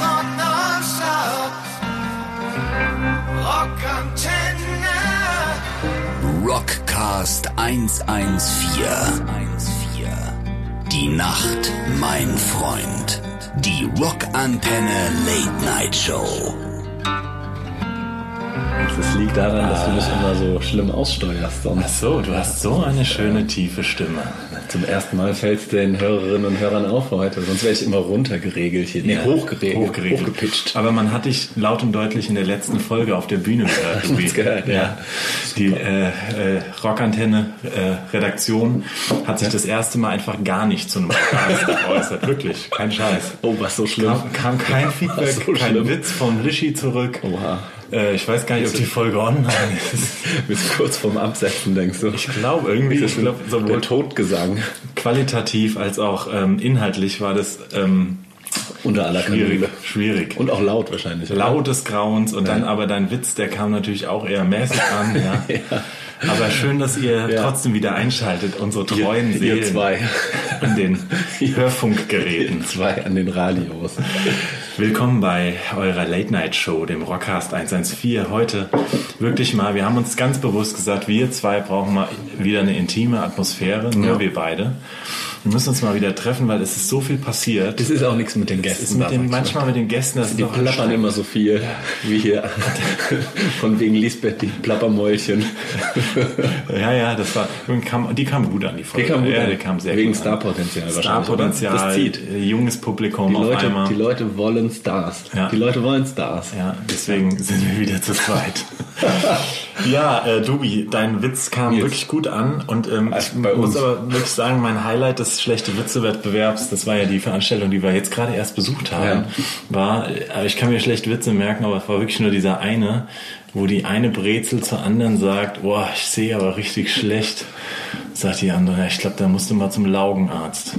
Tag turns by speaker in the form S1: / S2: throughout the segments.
S1: rock nonstop. Rockantenne.
S2: Rockcast 114. Die Nacht, mein Freund. Die Rockantenne Late Night Show.
S3: Das liegt daran, dass du mich immer so schlimm aussteuerst. Und
S4: So, du hast so eine schöne tiefe Stimme.
S3: zum ersten Mal fällt es den Hörerinnen und Hörern auf heute. Sonst wäre ich immer runtergeregelt hier. Nee, hochgeregelt.
S4: Hochgeregelt.
S3: Hochgepitcht.
S4: Aber man hat dich laut und deutlich in der letzten Folge auf der Bühne gehört. Tobi.
S3: man's gehört, ja.
S4: Die äh, äh, Rockantenne-Redaktion hat sich das erste Mal einfach gar nicht zu einem Podcast geäußert. Wirklich, kein Scheiß.
S3: Oh, was so schlimm.
S4: Kam, kam kein Feedback,
S3: So
S4: kein
S3: schlimm.
S4: Witz von Lischi zurück.
S3: Oha.
S4: Äh, ich weiß gar nicht, ob die Folge online ist.
S3: Bis kurz vorm Absetzen denkst du. Ich
S4: glaube irgendwie, ich glaube,
S3: der
S4: sowohl
S3: Todgesang
S4: qualitativ als auch ähm, inhaltlich war das ähm,
S3: unter aller
S4: schwierig.
S3: Kanone.
S4: schwierig.
S3: Und auch laut wahrscheinlich. oder?
S4: Laut des Grauens und dann aber dein Witz, der kam natürlich auch eher mäßig an. Ja. Aber schön, dass ihr
S3: Ja.
S4: trotzdem wieder einschaltet, unsere treuen
S3: ihr
S4: Seelen
S3: zwei.
S4: an den Hörfunkgeräten.
S3: Zwei an den Radios.
S4: Willkommen bei eurer Late-Night-Show, dem Rockcast 114. Heute wirklich mal, wir haben uns ganz bewusst gesagt, wir zwei brauchen mal wieder eine intime Atmosphäre, nur
S3: Ja.
S4: wir beide. Wir müssen uns mal wieder treffen, weil es ist so viel passiert.
S3: Das ist auch nichts mit den
S4: Es
S3: Gästen.
S4: ist mit
S3: da
S4: den, manchmal mit den Gästen, das ist
S3: Die
S4: doch
S3: plappern immer so viel, wie hier von wegen Lisbeth, die Plappermäulchen.
S4: Ja, ja, das war, kam, die kam gut an, die Folge.
S3: gut
S4: ja,
S3: an.
S4: die kam sehr
S3: Wegen
S4: gut
S3: Starpotenzial
S4: an.
S3: wahrscheinlich.
S4: Starpotenzial,
S3: Das zieht.
S4: äh, junges Publikum
S3: Die
S4: auf
S3: Leute,
S4: einmal.
S3: die Leute wollen Stars.
S4: Ja.
S3: Die Leute wollen Stars.
S4: ja, deswegen sind wir wieder zu zweit. ja, äh, Dubi, dein Witz kam
S3: Nils.
S4: wirklich gut an und ähm, ich
S3: Also bei uns.
S4: muss aber wirklich sagen, mein Highlight des schlechte Witze-Wettbewerbs, das war ja die Veranstaltung, die wir jetzt gerade erst besucht haben,
S3: Ja.
S4: war, äh, aber ich kann mir schlechte Witze merken, aber es war wirklich nur dieser eine, wo die eine Brezel zur anderen sagt, boah, ich sehe aber richtig schlecht. Sagt die andere, "Ja, ich glaube, da musst du mal zum Laugenarzt.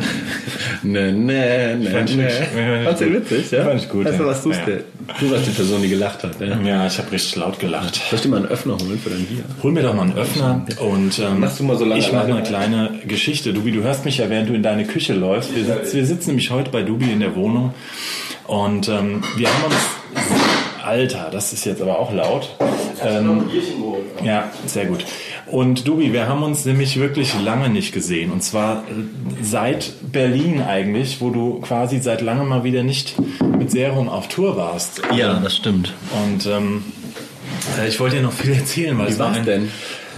S3: Ne, ne, ne,
S4: Fand ich-
S3: ne.
S4: fand ich
S3: Fandst du
S4: gut.
S3: witzig, ja?
S4: Fand ich gut,
S3: Weißt du,
S4: ja.
S3: was tust
S4: Ja. Mhm.
S3: du? Du warst die Person, die gelacht hat. Ja.
S4: Ja, ich habe richtig laut gelacht.
S3: Soll ich dir mal einen Öffner holen für dein Bier?
S4: Hol mir doch mal einen Öffner und ähm,
S3: Machst du mal so lange
S4: ich mache
S3: alleine?
S4: eine kleine Geschichte. Dubi, du hörst mich ja, während du in deine Küche läufst. Wir, sitz, wir sitzen nämlich heute bei Dubi in der Wohnung und ähm, wir haben uns... Alter, das ist jetzt aber auch laut. Ähm, ja, sehr gut. Und Dubi, wir haben uns nämlich wirklich lange nicht gesehen. Und zwar äh, seit Berlin eigentlich, wo du quasi seit langem mal wieder nicht mit Serum auf Tour warst.
S3: Ja, das stimmt.
S4: Und ähm, äh, ich wollte dir noch viel erzählen, weil
S3: Wie
S4: es war
S3: war's
S4: ein,
S3: denn?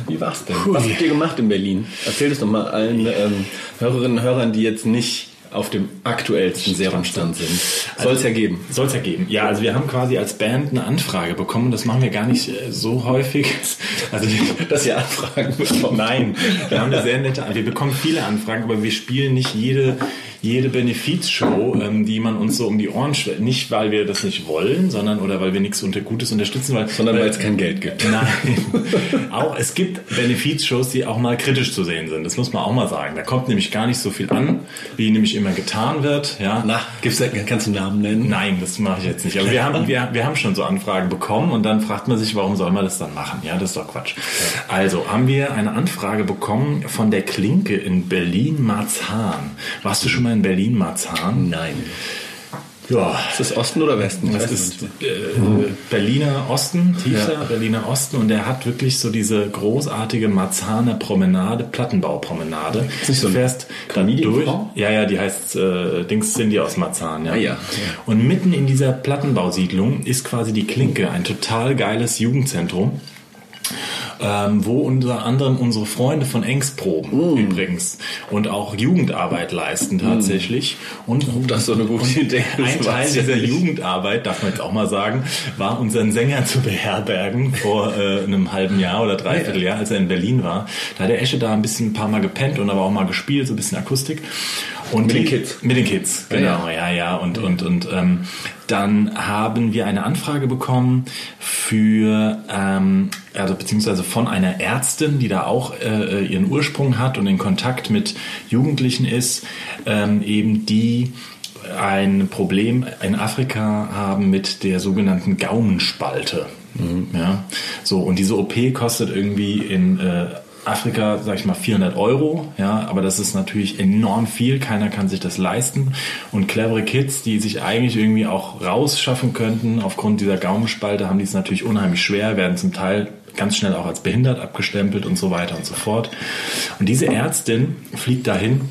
S3: Wie war's denn?
S4: Hui.
S3: Was habt ihr gemacht in Berlin? Erzähl es doch mal allen ähm, Hörerinnen und Hörern, die jetzt nicht auf dem aktuellsten Serumstand sind. Soll es ja geben.
S4: Soll es ja geben. Ja, also wir haben quasi als Band eine Anfrage bekommen. Das machen wir gar nicht äh, so häufig. Also
S3: Dass ihr Anfragen bekommt.
S4: Nein, wir haben eine sehr nette. Wir bekommen viele Anfragen, aber wir spielen nicht jede jede Benefizshow, ähm, die man uns so um die Ohren schwirrt. Nicht, weil wir das nicht wollen, sondern oder weil wir nichts unter Gutes unterstützen, weil
S3: Sondern weil es kein Geld gibt.
S4: Nein. auch es gibt Benefizshows, die auch mal kritisch zu sehen sind. Das muss man auch mal sagen. Da kommt nämlich gar nicht so viel an, wie nämlich immer getan wird. Ja.
S3: Na, gibt's da, kannst du einen Namen nennen?
S4: Nein, das mache ich jetzt nicht. Aber wir haben, wir, wir haben schon so Anfragen bekommen und dann fragt man sich, warum soll man das dann machen? Ja, das ist doch Quatsch. Also haben wir eine Anfrage bekommen von der Klinke in Berlin-Marzahn. Warst du schon mal in Berlin-Marzahn?
S3: Nein.
S4: Ja.
S3: Ist das Osten oder Westen? Ich
S4: Das
S3: weiß
S4: ist
S3: nicht.
S4: äh, Berliner Osten, tiefer
S3: Ja.
S4: Berliner Osten und der hat wirklich so diese großartige Marzahner Promenade, Plattenbaupromenade.
S3: Ist nicht so
S4: du
S3: ein
S4: fährst dann durch.
S3: Comedian-Frau?
S4: Ja, ja, die heißt äh, Dings Cindy aus Marzahn, ja.
S3: Ah, ja. Ja.
S4: Und mitten in dieser Plattenbausiedlung ist quasi die Klinke, ein total geiles Jugendzentrum. Ähm, wo unter anderem unsere Freunde von Engst proben
S3: Oh.
S4: übrigens und auch Jugendarbeit leisten tatsächlich. Und
S3: Mm. Oh, das ist so eine gute Idee ist,
S4: ein Teil
S3: weiß ich
S4: dieser
S3: nicht.
S4: Jugendarbeit, darf man jetzt auch mal sagen, war unseren Sänger zu beherbergen vor äh, einem halben Jahr oder Dreivierteljahr, als er in Berlin war. Da hat der Esche da ein bisschen ein paar Mal gepennt und aber auch mal gespielt, so ein bisschen Akustik. Und
S3: Mit den
S4: die-
S3: Kids.
S4: Mit den Kids, genau, ja, ja. Und, und, und ähm, dann haben wir eine Anfrage bekommen für, ähm, also beziehungsweise von einer Ärztin, die da auch äh, ihren Ursprung hat und in Kontakt mit Jugendlichen ist, ähm, eben die ein Problem in Afrika haben mit der sogenannten Mhm. Gaumenspalte. Ja, so und diese OP kostet irgendwie in äh, Afrika, sag ich mal, 400 Euro, ja, aber das ist natürlich enorm viel, keiner kann sich das leisten. Und clevere Kids, die sich eigentlich irgendwie auch rausschaffen könnten, aufgrund dieser Gaumenspalte, haben die es natürlich unheimlich schwer, werden zum Teil ganz schnell auch als behindert abgestempelt und so weiter und so fort. Und diese Ärztin fliegt dahin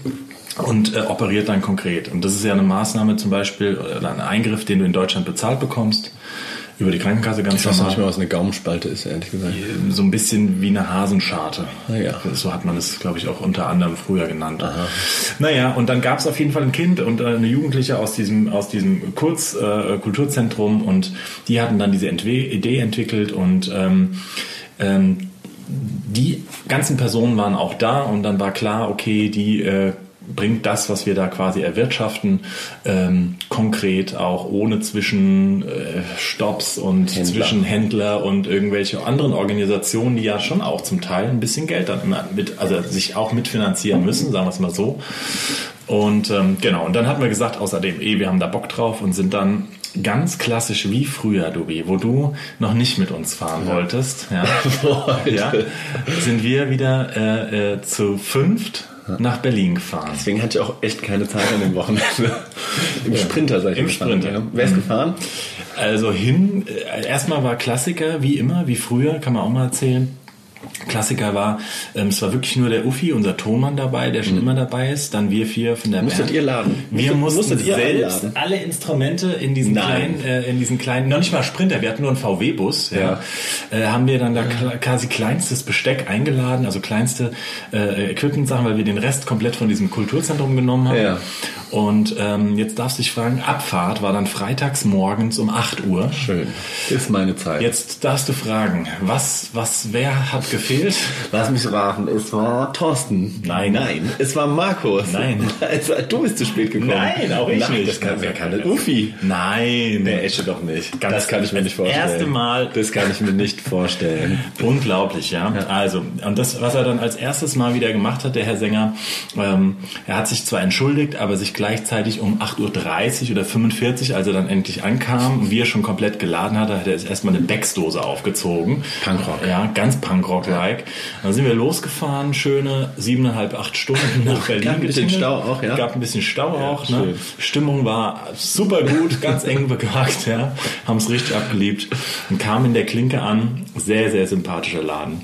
S4: und äh, operiert dann konkret. Und das ist ja eine Maßnahme zum Beispiel, oder ein Eingriff, den du in Deutschland bezahlt bekommst, über die Krankenkasse ganz
S3: Ich weiß noch nicht
S4: normal.
S3: mal, was eine Gaumenspalte ist, ehrlich gesagt.
S4: So ein bisschen wie eine Hasenscharte.
S3: Ah ja.
S4: So hat man es, glaube ich, auch unter anderem früher genannt. Naja, und dann gab es auf jeden Fall ein Kind und äh, eine Jugendliche aus diesem, aus diesem Kurz, äh, Kulturzentrum und die hatten dann diese Entwe Idee entwickelt und ähm, ähm, die ganzen Personen waren auch da und dann war klar, okay, die äh, bringt das, was wir da quasi erwirtschaften, ähm, konkret auch ohne Zwischenstopps und Zwischenhändler und irgendwelche anderen Organisationen, die ja schon auch zum Teil ein bisschen Geld dann immer mit, also sich auch mitfinanzieren müssen, sagen wir es mal so. Und ähm, genau, und dann hatten wir gesagt, außerdem, eh, wir haben da Bock drauf und sind dann ganz klassisch wie früher, Dubi, wo du noch nicht mit uns fahren wolltest. Ja ja, sind wir wieder äh, äh, zu fünft nach Berlin gefahren.
S3: Deswegen hatte ich auch echt keine Zeit an dem Wochenende. Im Sprinter, Mhm. sag ich
S4: Im
S3: mal.
S4: Sprinter.
S3: Ja. Wer ist gefahren?
S4: Also hin, äh, erstmal war Klassiker, wie immer, wie früher, kann man auch mal erzählen. Klassiker war, ähm, es war wirklich nur der Uffi, unser Tonmann dabei, der schon immer dabei ist. Dann wir vier von der
S3: Mhm. Musstet
S4: Band.
S3: ihr laden?
S4: Wir
S3: Musstet-
S4: mussten
S3: musstet ihr
S4: selbst
S3: einladen?
S4: alle Instrumente in diesen
S3: Nein.
S4: kleinen, äh, in diesen kleinen, noch nicht mal Sprinter, wir hatten nur einen VW-Bus, ja. Äh, haben wir dann da kla- quasi kleinstes Besteck eingeladen, also kleinste äh, Equipment-Sachen, weil wir den Rest komplett von diesem Kulturzentrum genommen haben.
S3: Ja.
S4: Und ähm, jetzt darfst du dich fragen, Abfahrt war dann freitags morgens um 8 Uhr.
S3: Schön. Ist meine Zeit.
S4: Jetzt darfst du fragen, was, was, wer hat gefehlt?
S3: Lass mich raten, es war Thorsten.
S4: Nein.
S3: Nein. Es war Markus.
S4: Nein.
S3: Es war, du bist zu spät gekommen. Nein, Das kann, wer kann das? Uffi.
S4: Nein.
S3: Nee, Esche doch nicht.
S4: Ganz-
S3: das kann ich mir nicht
S4: das
S3: vorstellen.
S4: erste Mal.
S3: Das kann ich mir nicht vorstellen.
S4: Unglaublich, ja. Also, und das, was er dann als erstes Mal wieder gemacht hat, der Herr Sänger, ähm, er hat sich zwar entschuldigt, aber sich gleichzeitig um 8.30 Uhr oder 45 Uhr, als er dann endlich ankam und wir schon komplett geladen hatte, hat er jetzt erstmal eine Becksdose aufgezogen.
S3: Punkrock.
S4: Ja, ganz Punkrock-like. Dann sind wir losgefahren, schöne siebeneinhalb, acht Stunden nach Berlin.
S3: ein bisschen
S4: getingelt.
S3: Stau auch, ja.
S4: Gab ein bisschen Stau auch. Ne?
S3: schön.
S4: Stimmung war super gut, ganz eng begagt, ja. Haben es richtig abgeliebt und kamen in der Klinke an. Sehr, sehr sympathischer Laden.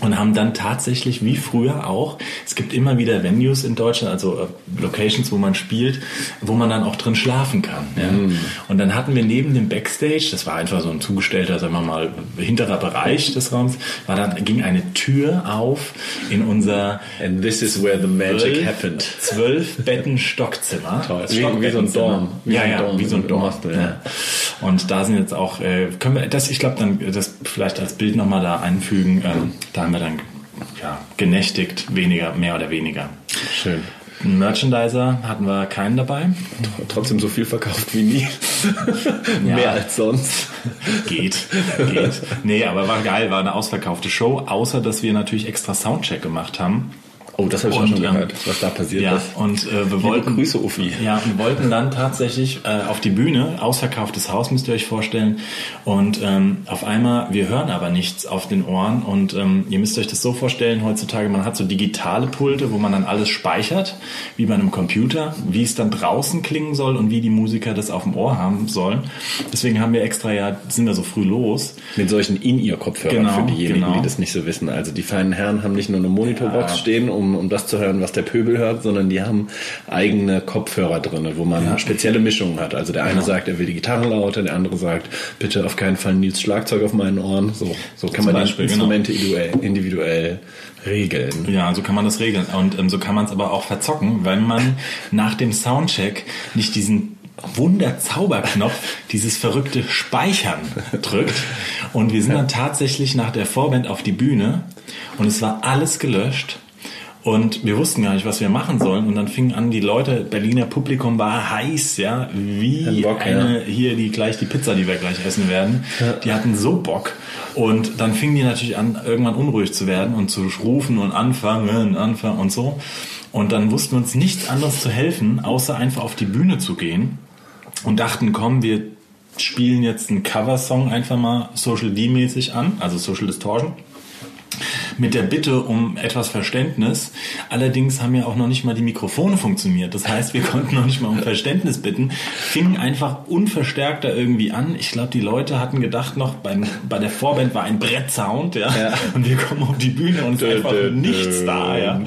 S4: Und haben dann tatsächlich, wie früher auch, es gibt immer wieder Venues in Deutschland, also äh, Locations, wo man spielt, wo man dann auch drin schlafen kann. Ja.
S3: Mhm.
S4: Und dann hatten wir neben dem Backstage, das war einfach so ein zugestellter, sagen wir mal, hinterer Bereich des Raums, war dann, ging eine Tür auf in unser
S3: And this is where the magic
S4: zwölf-
S3: happened.
S4: Zwölf Betten Stockzimmer.
S3: Toll. Wie- wie so ein Dorm. Wie
S4: ja,
S3: so ein
S4: ja,
S3: Dorm
S4: wie so ein
S3: im
S4: Dorm.
S3: Hostel,
S4: Ja. Und da sind jetzt auch, äh, können wir das, ich glaube, dann äh, das vielleicht als Bild nochmal da einfügen. Ähm, da haben wir dann ja, genächtigt, weniger, mehr oder weniger.
S3: Schön.
S4: Ein Merchandiser hatten wir keinen dabei.
S3: Trotzdem so viel verkauft wie nie. Mehr als sonst.
S4: Geht, geht. Nee, aber war geil, war eine ausverkaufte Show, außer dass wir natürlich extra Soundcheck gemacht haben.
S3: Oh, das habe ich auch
S4: Und,
S3: schon
S4: ähm,
S3: gehört, was da passiert
S4: Ja,
S3: ist.
S4: und äh, wir wollten.
S3: Grüße, Uffi.
S4: Ja, und wollten dann tatsächlich äh, auf die Bühne, ausverkauftes Haus, müsst ihr euch vorstellen. Und ähm, auf einmal, wir hören aber nichts auf den Ohren. Und ähm, ihr müsst euch das so vorstellen, heutzutage, man hat so digitale Pulte, wo man dann alles speichert, wie bei einem Computer, wie es dann draußen klingen soll und wie die Musiker das auf dem Ohr haben sollen. Deswegen haben wir extra ja, sind wir so früh los.
S3: Mit solchen In-Ear-Kopfhörern
S4: Genau,
S3: für diejenigen,
S4: genau.
S3: die das nicht so wissen. Also die feinen Herren haben nicht nur eine Monitorbox stehen, um, um das zu hören, was der Pöbel hört, sondern die haben eigene Kopfhörer drinne, wo man spezielle Mischungen hat. Also der eine sagt, er will die Gitarre lauter, der andere sagt, bitte auf keinen Fall Nils Schlagzeug auf meinen Ohren. So, so kann man
S4: Beispiel,
S3: die
S4: genau.
S3: Instrumente individuell, individuell regeln.
S4: Ja, so kann man das regeln. Und ähm, so kann man es aber auch verzocken, wenn man nach dem Soundcheck nicht diesen Wunderzauberknopf, dieses verrückte Speichern drückt. Und wir sind dann tatsächlich nach der Vorband auf die Bühne und es war alles gelöscht. Und wir wussten gar nicht, was wir machen sollen. Und dann fingen an, die Leute, Berliner Publikum war heiß, ja, wie
S3: Ein Bock,
S4: eine hier die gleich die Pizza, die wir gleich essen werden. Die hatten so Bock. Und dann fingen die natürlich an, irgendwann unruhig zu werden und zu rufen und anfangen, anfangen und so. Und dann wussten wir uns nichts anderes zu helfen, außer einfach auf die Bühne zu gehen und dachten, komm, wir spielen jetzt einen Coversong einfach mal Social D-mäßig an, also Social Distortion mit der Bitte um etwas Verständnis. Allerdings haben ja auch noch nicht mal die Mikrofone funktioniert. Das heißt, wir konnten noch nicht mal um Verständnis bitten, fingen einfach unverstärkt da irgendwie an. Ich glaube, die Leute hatten gedacht noch, beim, bei der Vorband war ein Brettsound, ja? Und wir kommen auf die Bühne und es ist einfach
S3: dö,
S4: nichts
S3: dö.
S4: da, ja.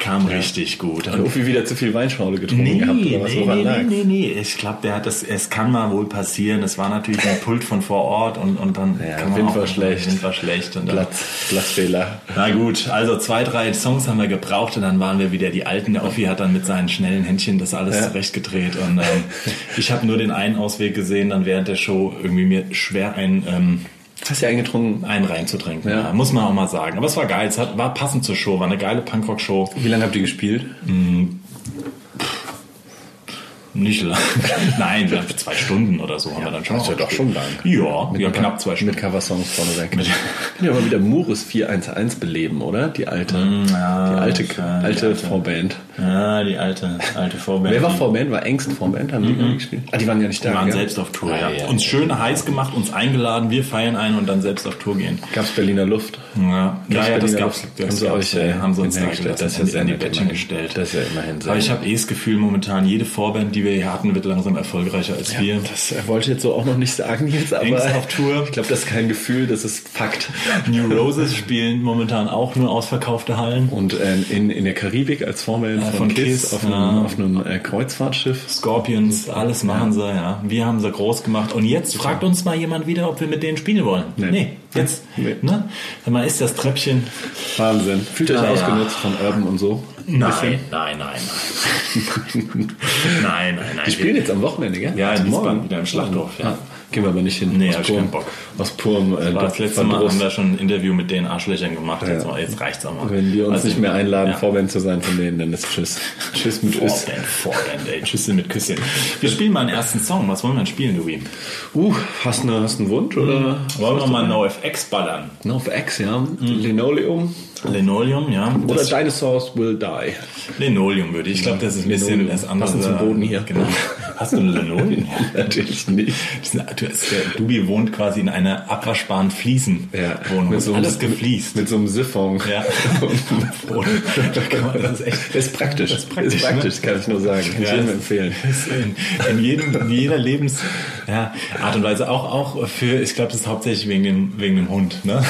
S4: Kam richtig gut.
S3: Hat Uffi wieder zu viel Weinschorle getrunken
S4: Nee,
S3: gehabt
S4: nee,
S3: oder was woran
S4: nee,
S3: lag?
S4: nee, nee, ich glaube, der hat das, es kann mal wohl passieren. Es war natürlich ein Pult von vor Ort und, und dann
S3: Ja,
S4: kann man
S3: Wind
S4: auch,
S3: war schlecht.
S4: Wind war schlecht und dann,
S3: Platz, Platzfehler.
S4: Na gut, also zwei, drei Songs haben wir gebraucht und dann waren wir wieder die Alten. Der Offi hat dann mit seinen schnellen Händchen das alles zurechtgedreht und ähm, ich habe nur den einen Ausweg gesehen, dann während der Show irgendwie mir schwer ein... Ähm,
S3: Hast du eingetrunken?
S4: einen reinzutrinken, ja.
S3: Ja.
S4: muss man auch mal sagen. Aber es war geil, es hat, war passend zur Show, war eine geile Punkrock-Show.
S3: Wie lange habt ihr gespielt?
S4: Nicht lang. Nein, wir haben zwei Stunden oder so haben wir dann schon.
S3: das ist ja doch schon
S4: aufgespielt.
S3: lang.
S4: Ja,
S3: Mit
S4: ja
S3: ein paar-
S4: knapp zwei Stunden.
S3: Mit Coversongs vorne weg. Können wir aber wieder Muris 411 beleben, oder? Die alte. Mm, die alte,
S4: das war
S3: alte,
S4: die alte.
S3: Vorband.
S4: Ja, Ah, die alte, alte Vorband.
S3: Wer war Vorband? War Engst Vorband? Haben die gar nicht gespielt? Ah, die waren ja nicht da.
S4: Wir waren
S3: gell?
S4: selbst auf Tour,
S3: Ah,
S4: ja. Uns schön heiß gemacht, uns eingeladen, wir feiern ein und dann selbst auf Tour gehen.
S3: Gab's Berliner Luft.
S4: Ja, ja, ja das gab's. Das
S3: haben sie
S4: gab's,
S3: euch äh,
S4: ja, haben sie uns da
S3: hingestellt.
S4: gelassen,
S3: Das ist ja
S4: haben die
S3: sehr
S4: an die
S3: nett,
S4: Bettchen
S3: immerhin.
S4: gestellt.
S3: Das ist ja immerhin sehr
S4: Aber ich
S3: nett.
S4: habe eh das Gefühl, momentan jede Vorband, die wir hier hatten, wird langsam erfolgreicher als wir.
S3: Das äh, wollte ich jetzt so auch noch nicht sagen jetzt, aber
S4: Engst auf Tour.
S3: ich glaube, das ist kein Gefühl, das ist Fakt.
S4: New Roses spielen momentan auch nur ausverkaufte Hallen.
S3: Und ähm, in, in der Karibik als Vorband
S4: Ja,
S3: von,
S4: von
S3: Kiss,
S4: Kiss,
S3: auf einem,
S4: ja.
S3: auf einem äh, Kreuzfahrtschiff.
S4: Scorpions, alles machen sie, ja. Wir haben sie groß gemacht. Und jetzt fragt uns mal jemand wieder, ob wir mit denen spielen wollen. Nee,
S3: Nee.
S4: jetzt.
S3: Nee.
S4: Ne? Mal ist das Treppchen.
S3: Wahnsinn. Fühlt euch
S4: Naja.
S3: ausgenutzt von Urban und so. Ein bisschen.
S4: nein, nein, nein. nein, nein, nein.
S3: Die spielen jetzt am Wochenende, gell?
S4: Ja,
S3: Also
S4: in Wiesbaden wieder im Schlachthof, ja.
S3: Ah, gehen wir aber nicht hin.
S4: Nee,
S3: aus
S4: hab ich
S3: purem,
S4: keinen Bock.
S3: Aus purem äh,
S4: War das letzte Mal
S3: Verdruss.
S4: haben wir schon ein Interview mit den Arschlöchern gemacht. Jetzt,
S3: Ja.
S4: mal, jetzt reicht's auch mal.
S3: Wenn wir uns
S4: Also,
S3: nicht mehr einladen,
S4: ja.
S3: Vorband zu sein von denen, dann ist Tschüss. Tschüss mit Tschüss.
S4: Vorband, Vorband, ey. Tschüsschen mit Küsschen. Wir spielen mal einen ersten Song. Was wollen wir denn spielen, Louis?
S3: Uh, hast du hast einen Wunsch oder?
S4: Wollen wir mal NoFX ballern?
S3: NoFX, ja. Linoleum.
S4: Linoleum, ja.
S3: Oder
S4: Mhm. Das-
S3: Dinosaurs Will Die.
S4: Linoleum würde ich. Ich glaube, das ist ein bisschen
S3: Linoleum.
S4: das andere.
S3: Passend zum Boden hier.
S4: Genau. Hast du ein Linoleum?
S3: Natürlich nicht.
S4: Das ist eine- du- es- der Dubi wohnt quasi in einer abwaschbaren Fliesenwohnung.
S3: Mit
S4: Ist
S3: so einem-
S4: alles gefliest.
S3: Mit so einem Siphon.
S4: Ja. Da kann man- das ist echt-
S3: Ist praktisch.
S4: Das ist praktisch, ne?
S3: Ist praktisch, kann ich nur sagen. Kann ich
S4: Ja,
S3: jedem
S4: es-
S3: empfehlen.
S4: es ist In, in, jedem, in jeder Lebens ja, Art und Weise auch, auch für, ich glaube, das ist hauptsächlich wegen dem, wegen dem Hund. Ne?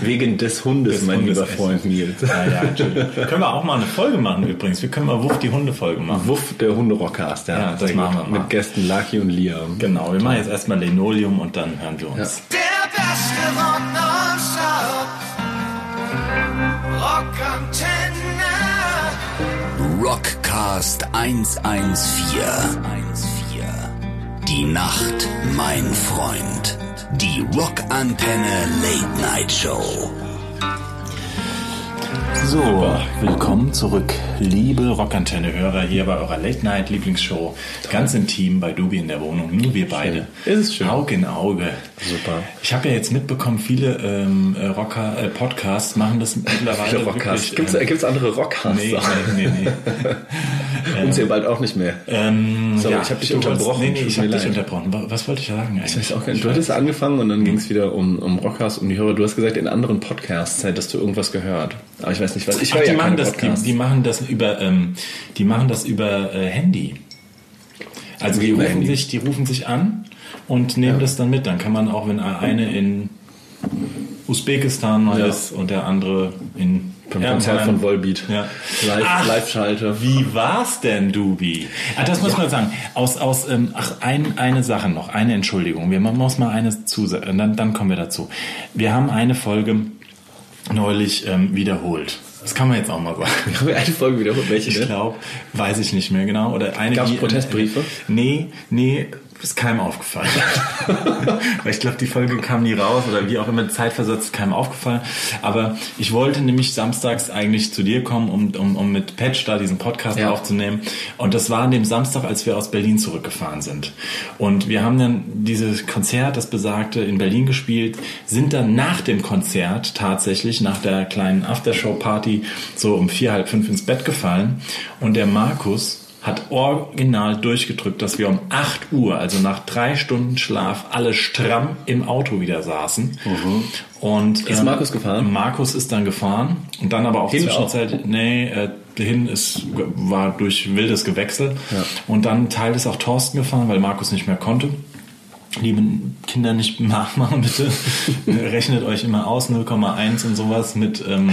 S3: Wegen des Hundes, mein
S4: Hundes
S3: lieber
S4: essen.
S3: Freund Nils.
S4: Ja, ja, Entschuldigung. Können wir auch mal eine Folge machen übrigens. Wir können mal Wuff die Hunde-Folge machen.
S3: Wuff, der Hunderockcast.
S4: Ja, das
S3: sehr gut.
S4: machen wir mal.
S3: Mit Gästen Lucky und Liam.
S4: Genau, wir machen jetzt erstmal Linoleum und dann hören wir uns.
S1: Der beste Rock nonstop. Rock Antenne.
S2: Rockcast 114. Die Nacht, mein Freund. Die Rockantenne Late Night Show.
S4: So, willkommen zurück, liebe Rockantenne-Hörer, hier bei eurer Late-Night-Lieblingsshow. Ganz intim bei Dubi in der Wohnung, nur wir beide.
S3: Schön. Ist es schön.
S4: Auge in Auge.
S3: Super.
S4: Ich habe ja jetzt mitbekommen, viele ähm, äh, Rocker, äh, Podcasts machen das mittlerweile wirklich...
S3: Rockcast. Gibt
S4: ähm,
S3: es andere Rockcasts?
S4: nee, nee, nee, nee.
S3: Uns hier bald auch nicht mehr.
S4: Ähm,
S3: Sorry, ich hab dich
S4: du wolltest-
S3: unterbrochen,
S4: Nee, nee,
S3: tut
S4: ich
S3: mir
S4: habe dich
S3: leid.
S4: unterbrochen. Wa- Was wollte ich Hm. sagen eigentlich?
S3: Ist auch kein- du hattest angefangen und dann ging es wieder um, um Rockcasts, um die Hörer. Du hast gesagt, in anderen Podcasts hättest du irgendwas gehört. Aber ich weiß nicht, was. Ich
S4: Ach,
S3: höre
S4: die,
S3: ja
S4: machen
S3: keine
S4: das, die,
S3: Podcasts.
S4: die machen das über, ähm, die machen das über äh, Handy. Also
S3: Wie
S4: die
S3: über
S4: rufen,
S3: Handy?
S4: sich, die rufen sich an und nehmen das dann mit. Dann kann man auch, wenn eine in Usbekistan mal
S3: Ja.
S4: ist und der andere in
S3: Beim Konzert von Volbeat.
S4: ähm, Ja.
S3: Live,
S4: Ach,
S3: Live-Schalter.
S4: Wie war's denn, Dubi? Ah, das muss man sagen. Aus, aus, ähm, ach, ein, eine Sache noch, eine Entschuldigung. Wir machen muss mal eine zusagen, dann, dann kommen wir dazu. Wir haben eine Folge neulich ähm, wiederholt. Das kann man jetzt auch mal sagen.
S3: Haben wir eine Folge wiederholt? Welche
S4: Ich
S3: denn?
S4: glaube, weiß ich nicht mehr genau. Oder eine
S3: Gab's
S4: die-
S3: Protestbriefe?
S4: Nee, nee, ist keinem aufgefallen. Weil ich glaube, die Folge kam nie raus oder wie auch immer, zeitversetzt keinem aufgefallen. Aber ich wollte nämlich samstags eigentlich zu dir kommen, um, um, um mit Patch da diesen Podcast
S3: Ja.
S4: aufzunehmen. Und das war an dem Samstag, als wir aus Berlin zurückgefahren sind. Und wir haben dann dieses Konzert, das besagte, in Berlin gespielt, sind dann nach dem Konzert tatsächlich, nach der kleinen Aftershow-Party, so um vier, halb fünf ins Bett gefallen. Und der Markus hat original durchgedrückt, dass wir um 8 Uhr, also nach drei Stunden Schlaf, alle stramm im Auto wieder saßen. Und,
S3: Mhm. Ist
S4: ähm,
S3: Markus gefahren?
S4: Markus ist dann gefahren und dann aber auch
S3: Hin
S4: zwischenzeitlich, nee, äh, hin ist, war durch wildes Gewechsel. Und dann ein Teil ist auch Thorsten gefahren, weil Markus nicht mehr konnte. Liebe Kinder, nicht nachmachen bitte. Rechnet euch immer aus 0,1 und sowas mit ähm,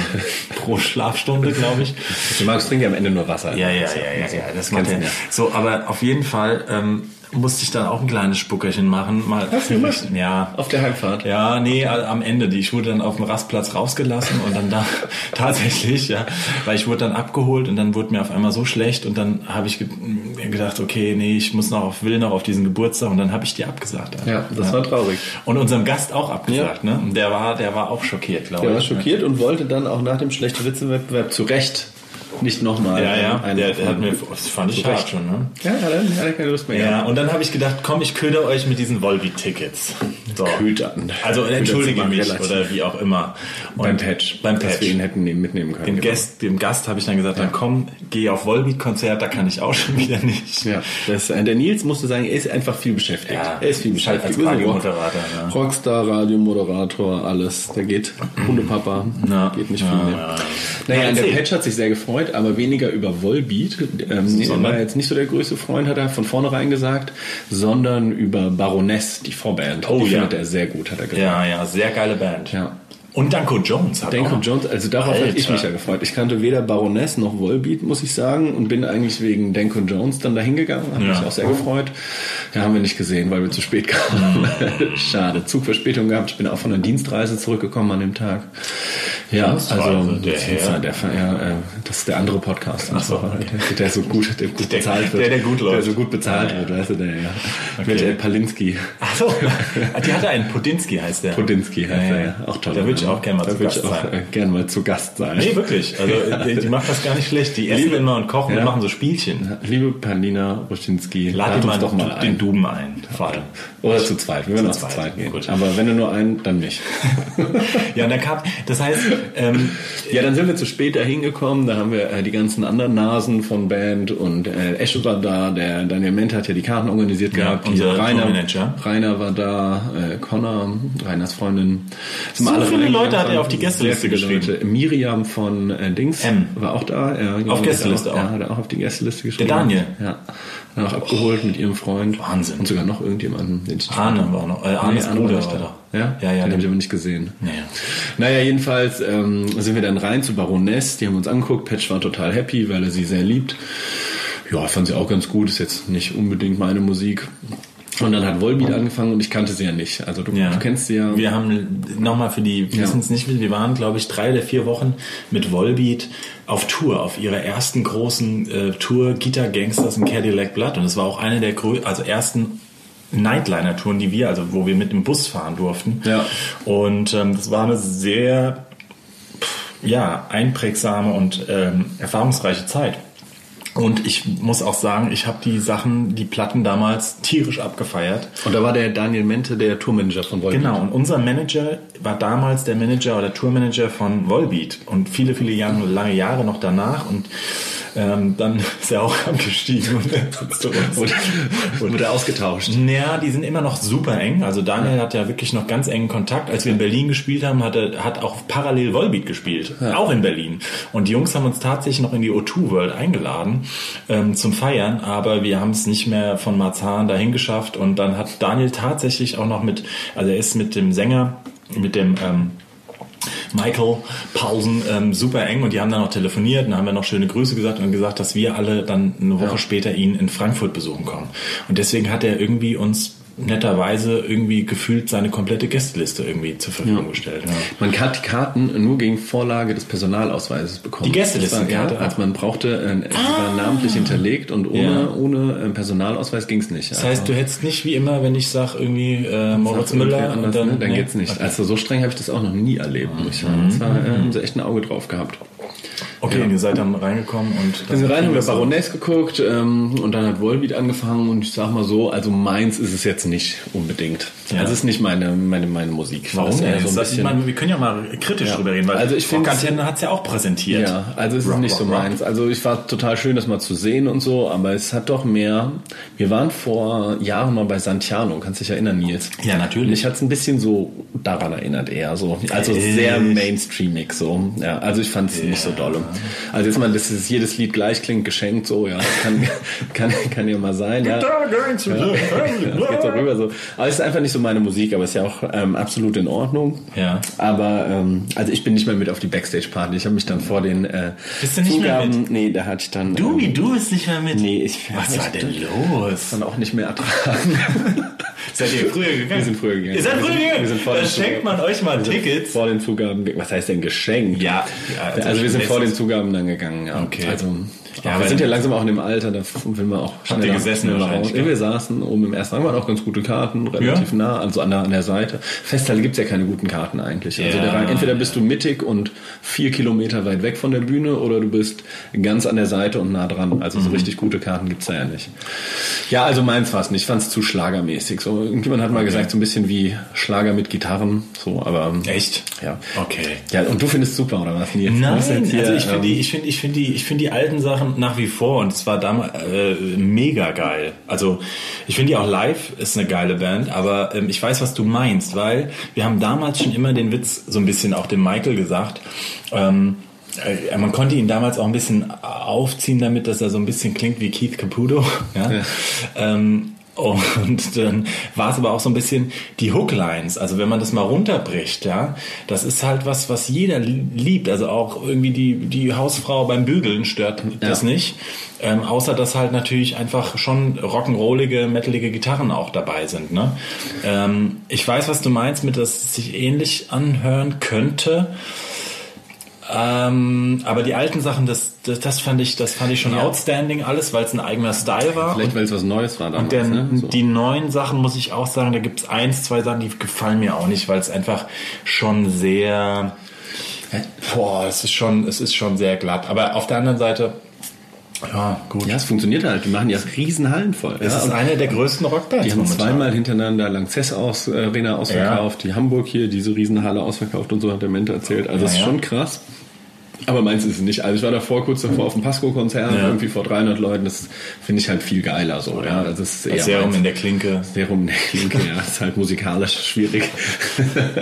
S4: pro Schlafstunde, glaube ich.
S3: Du magst trinken am Ende nur Wasser.
S4: Ja, ja, ja, ja, ja, das macht er.
S3: Kennst
S4: So, aber auf jeden Fall ähm, musste ich dann auch ein kleines Spuckerchen machen. Mal
S3: Hast du gemacht?
S4: Ja.
S3: Auf der Heimfahrt.
S4: Ja, nee, a- am Ende. Die- Ich wurde dann auf dem Rastplatz rausgelassen und dann da tatsächlich, ja, weil ich wurde dann abgeholt und dann wurde mir auf einmal so schlecht und dann habe ich ge mir gedacht, okay, nee, ich muss noch auf, will noch auf diesen Geburtstag und dann habe ich die abgesagt. Alter.
S3: Ja, das war traurig.
S4: Und unserem Gast auch abgesagt, ne? Und Der war, der war auch schockiert, glaube ich.
S3: Der war
S4: ne?
S3: schockiert und wollte dann auch nach dem schlechten Witzewettbewerb zu Recht nicht nochmal.
S4: Ja, ja,
S3: einen-
S4: der, der hat mir, das fand ich hart schon, ne?
S3: Ja, hat er hat er keine Lust mehr.
S4: Ja, und dann habe ich gedacht, komm, ich köder euch mit diesen Volvi-Tickets. So.
S3: Ködern.
S4: Also
S3: Ködern sind
S4: entschuldige
S3: wir
S4: mich
S3: relativ.
S4: oder wie auch immer. Und
S3: Beim Patch.
S4: Beim
S3: Dass wir ihn
S4: Patch.
S3: hätten nehmen- mitnehmen können.
S4: Dem,
S3: Genau.
S4: Gast, dem Gast habe ich dann gesagt, dann komm, geh auf Volbeat-Konzert, da kann ich auch schon wieder nicht.
S3: Ja, das, äh, der Nils musste sagen, er ist einfach viel beschäftigt.
S4: Ja,
S3: er ist viel
S4: als
S3: beschäftigt.
S4: Radiomoderator, ja. Mhm.
S3: Rockstar, Radiomoderator, alles. Der geht Hundepapa,
S4: Ja.
S3: geht nicht
S4: Ja,
S3: viel mehr.
S4: ja, ja.
S3: Naja,
S4: Na,
S3: der
S4: erzähl.
S3: Patch hat sich sehr gefreut, aber weniger über Volbeat. Ähm, er
S4: Sondern?
S3: war jetzt nicht so der größte Freund, hat er von vornherein gesagt, sondern über Baroness, die Vorband.
S4: Oh,
S3: die
S4: ja.
S3: findet er sehr gut, hat er gesagt.
S4: Ja, ja, sehr geile Band.
S3: Ja.
S4: Und Danko Jones hat
S3: Danko
S4: auch.
S3: Jones, also darauf habe ich
S4: Alter.
S3: mich ja gefreut. Ich kannte weder Baroness noch Volbeat, muss ich sagen, und bin eigentlich wegen Danko Jones dann dahin gegangen. Hat
S4: Ja.
S3: mich auch sehr gefreut. Ja, haben wir nicht gesehen, weil wir zu spät kamen.
S4: Mhm.
S3: Schade. Zugverspätung gehabt. Ich bin auch von der Dienstreise zurückgekommen an dem Tag. Ja,
S4: Dienstreise,
S3: also
S4: der Herr.
S3: der, ja, äh, das ist der andere Podcast. Ach
S4: so, okay.
S3: der, der so gut, der gut
S4: Der-
S3: bezahlt wird.
S4: der, der gut läuft.
S3: Der so gut bezahlt wird, weißt du, der, ja. Mit äh, Palinski.
S4: Ach so, die hatte einen, Podinski heißt der.
S3: Podinski heißt
S4: Ah. Ja,
S3: er,
S4: ja.
S3: ja. Auch toll.
S4: Da würde ich auch gerne mal
S3: Da
S4: zu
S3: würd
S4: Gast
S3: ich auch,
S4: sein.
S3: äh, Gerne mal zu Gast sein.
S4: Nee, wirklich. Also die, die macht das gar nicht schlecht. Die essen
S3: Liebe-
S4: immer und kochen
S3: Ja.
S4: und machen so Spielchen.
S3: Liebe Perlina Ruschinski,
S4: Lad
S3: lad
S4: dir
S3: uns
S4: mal
S3: doch mal
S4: den
S3: ein.
S4: Duben ein, vor allem.
S3: Oder zu zweit, wir würden auch zu
S4: zweit,
S3: zweit gehen.
S4: gut.
S3: Aber wenn du nur einen, dann nicht.
S4: Ja, und dann kam, das heißt, ähm,
S3: ja, dann sind wir zu spät dahin gekommen. Da haben wir äh, die ganzen anderen Nasen von Band und äh, Esche war da. Der Daniel Ment hat ja die Karten organisiert
S4: Ja,
S3: gehabt.
S4: unser
S3: Hier
S4: Tourmanager.
S3: Rainer war da, äh, Connor, Rainers Freundin. Sind
S4: So
S3: alle
S4: viele
S3: reingegangen.
S4: Leute hat er auf die Gästeliste
S3: Sehr viele Leute. Miriam von äh, Dings
S4: M.
S3: war auch da. Ja, genau,
S4: Auf Gästeliste
S3: hat er
S4: auch.
S3: Ja, hat er auch auf die Gästeliste geschrieben.
S4: Daniel.
S3: Ja. Dann auch abgeholt mit ihrem Freund.
S4: Wahnsinn.
S3: Und sogar noch irgendjemanden, den ich nicht
S4: Arne war auch noch, äh, Arnes
S3: Arne
S4: Bruder
S3: war nicht
S4: war
S3: da.
S4: da.
S3: Ja?
S4: Ja, ja,
S3: Den
S4: der-
S3: habe ich aber nicht gesehen.
S4: Naja.
S3: Naja, jedenfalls ähm, sind wir dann rein zu Baroness. Die haben uns angeguckt. Patch war total happy, weil er sie sehr liebt. Ja, fand sie auch ganz gut. Ist jetzt nicht unbedingt meine Musik. Und dann hat Volbeat angefangen und ich kannte sie ja nicht. Also du,
S4: ja.
S3: du kennst sie ja.
S4: Wir haben, nochmal für die, die wissen es nicht, wir waren, glaube ich, drei oder vier Wochen mit Volbeat auf Tour, auf ihrer ersten großen äh, Tour Guitar Gangsters in Cadillac Blood. Und es war auch eine der grö- also ersten Nightliner-Touren, die wir, also wo wir mit dem Bus fahren durften.
S3: Ja.
S4: Und ähm, das war eine sehr ja, einprägsame und ähm, erfahrungsreiche Zeit. Und ich muss auch sagen, ich habe die Sachen, die Platten damals tierisch abgefeiert.
S3: Und da war der Daniel Mente, der Tourmanager von Volbeat.
S4: Genau, und unser Manager war damals der Manager oder Tourmanager von Volbeat und viele, viele Jahre, lange Jahre noch danach und ähm, dann ist er auch abgestiegen und er sitzt zu uns.
S3: Wurde, wurde ausgetauscht.
S4: Naja, die sind immer noch super eng. Also Daniel hat ja wirklich noch ganz engen Kontakt. Als wir in Berlin gespielt haben, hat er hat auch parallel Volbeat gespielt. Auch in Berlin. Und die Jungs haben uns tatsächlich noch in die O2 World eingeladen ähm, zum Feiern, aber wir haben es nicht mehr von Marzahn dahin geschafft. Und dann hat Daniel tatsächlich auch noch mit, also er ist mit dem Sänger, mit dem ähm, Michael Pausen ähm, super eng und die haben dann noch telefoniert und haben dann noch schöne Grüße gesagt und gesagt, dass wir alle dann eine Woche später ihn in Frankfurt besuchen kommen. Und deswegen hat er irgendwie uns netterweise irgendwie gefühlt seine komplette Gästeliste irgendwie zur Verfügung gestellt. Ja.
S3: Man hat die Karten nur gegen Vorlage des Personalausweises bekommen.
S4: Die
S3: Das
S4: Gästelistenkarte,
S3: war, Ja, als man brauchte, äh, es war namentlich hinterlegt und ohne,
S4: Ja.
S3: ohne äh, Personalausweis ging's nicht.
S4: Das heißt, du hättest nicht wie immer, wenn ich sage irgendwie äh, Moritz Müller
S3: anders,
S4: und dann,
S3: ne? dann
S4: nee. Mhm.
S3: geht's nicht. Also so streng habe ich das auch noch nie erlebt. muss Ich sagen. Das war, äh, haben sie echt ein Auge drauf gehabt.
S4: Okay, und ihr seid dann reingekommen und
S3: Dann sind wir rein, haben wir
S4: das-
S3: Baroness geguckt ähm, und dann hat Volbeat angefangen und ich sag mal so, also meins ist es jetzt nicht unbedingt.
S4: Ja.
S3: Also es ist nicht meine, meine, meine Musik. Das
S4: Warum
S3: ist eher
S4: denn?
S3: So ein
S4: Das- ich
S3: bisschen,
S4: meine, wir können ja mal kritisch drüber reden, weil
S3: Also ich find's-
S4: Rockantenne hat es ja auch präsentiert.
S3: ja, also es ist
S4: Rock,
S3: nicht
S4: rock,
S3: so
S4: rock.
S3: meins. Also ich war total schön, das mal zu sehen und so, aber es hat doch mehr. Wir waren vor Jahren mal bei Santiano, kannst dich erinnern, Nils?
S4: Ja, natürlich.
S3: Mich hat es ein bisschen so daran erinnert, eher so. Also
S4: Echt?
S3: sehr mainstreamig so. Ja, also ich fand es nicht so dolle. Also jetzt mal, dass es jedes Lied gleich klingt, geschenkt so, ja. Das kann, kann, kann ja mal sein. Ja. Das geht so rüber so. Aber es ist einfach nicht so meine Musik, aber es ist ja auch ähm, absolut in Ordnung.
S4: Ja.
S3: Aber ähm, also ich bin nicht mehr mit auf die Backstage-Party. Ich habe mich dann vor den äh,
S4: Bist du nicht mehr
S3: Zugaben- Nee, da hatte ich dann.
S4: Du,
S3: ähm,
S4: wie du bist nicht mehr mit.
S3: Nee, ich-
S4: Was war denn los?
S3: dann auch nicht mehr ertragen.
S4: Seid ihr früher gegangen?
S3: Wir sind früher gegangen.
S4: Ihr seid
S3: Wir
S4: früher
S3: sind-
S4: gegangen.
S3: wir sind vor
S4: Dann
S3: den
S4: schenkt man euch mal Tickets.
S3: vor den Zugaben. Was heißt denn geschenkt?
S4: Ja, ja,
S3: Also,
S4: also
S3: wir sind
S4: letztens-
S3: vor den Zugaben dann gegangen, ja.
S4: Okay.
S3: Also,
S4: Ja,
S3: ja,
S4: aber-
S3: wir sind ja langsam auch in dem Alter, da will man auch schneller,
S4: ihr gesessen
S3: schneller
S4: wahrscheinlich,
S3: raus.
S4: gell?
S3: Ja, wir saßen oben im ersten Rang, waren auch ganz gute Karten, relativ
S4: Ja.
S3: nah, also an der, an der Seite. Festhalle gibt's ja keine guten Karten eigentlich. Also
S4: Ja.
S3: der Rang, entweder bist du mittig und vier Kilometer weit weg von der Bühne oder du bist ganz an der Seite und nah dran. Also
S4: Mhm.
S3: so richtig gute Karten gibt's da ja nicht. Ja, also meins war's nicht. Ich fand's zu schlagermäßig. So, irgendjemand hat mal gesagt, so ein bisschen wie Schlager mit Gitarren. So, aber ähm,
S4: Echt?
S3: ja.
S4: Okay.
S3: Ja, und du findest super, oder was? Nils? Du
S4: Nein,
S3: musst jetzt hier,
S4: also ich finde
S3: ähm,
S4: die, ich finde, ich finde die, ich finde die alten Sachen nach wie vor und es war damals äh, mega geil. Also ich finde die auch live ist eine geile Band, aber ähm, ich weiß, was du meinst, weil wir haben damals schon immer den Witz so ein bisschen auch dem Michael gesagt. Ähm, äh, man konnte ihn damals auch ein bisschen aufziehen damit, dass er so ein bisschen klingt wie Keith Caputo. Ja? Ähm, und dann war es aber auch so ein bisschen die Hooklines. Also wenn man das mal runterbricht, ja, das ist halt was, was jeder li- liebt. Also auch irgendwie die, die Hausfrau beim Bügeln stört das
S3: Ja.
S4: nicht. Ähm, außer dass halt natürlich einfach schon rock'n'rollige, metalige Gitarren auch dabei sind. Ne? Ähm, ich weiß, was du meinst, mit dass es sich ähnlich anhören könnte. Ähm, aber die alten Sachen, das, das, das fand ich, das fand ich schon outstanding alles, weil es ein eigener Style war.
S3: Vielleicht, weil es was Neues war damals.
S4: Der,
S3: ne? so.
S4: Die neuen Sachen muss ich auch sagen, da gibt es eins, zwei Sachen, die gefallen mir auch nicht, weil es einfach schon sehr. Boah, es ist schon, es ist schon sehr glatt. Aber auf der anderen Seite, ja, gut.
S3: ja, es funktioniert halt. Die machen ja Riesenhallen voll.
S4: es
S3: ja,
S4: ist
S3: und
S4: eine der größten Rockbands
S3: die haben zweimal hintereinander Lanxess aus, äh, Arena ausverkauft, die Hamburg hier diese Riesenhalle ausverkauft und so hat der Mente erzählt. Also, das
S4: Ja,
S3: ist
S4: ja.
S3: schon krass. Aber meins ist es nicht. Also ich war davor kurz davor auf dem Pasco-Konzert,
S4: Ja.
S3: irgendwie vor 300 Leuten. Das finde ich halt viel geiler so. Ja, also das ist eher
S4: Das Serum
S3: meins.
S4: in der Klinke.
S3: Serum in der Klinke, ja, ist halt musikalisch schwierig.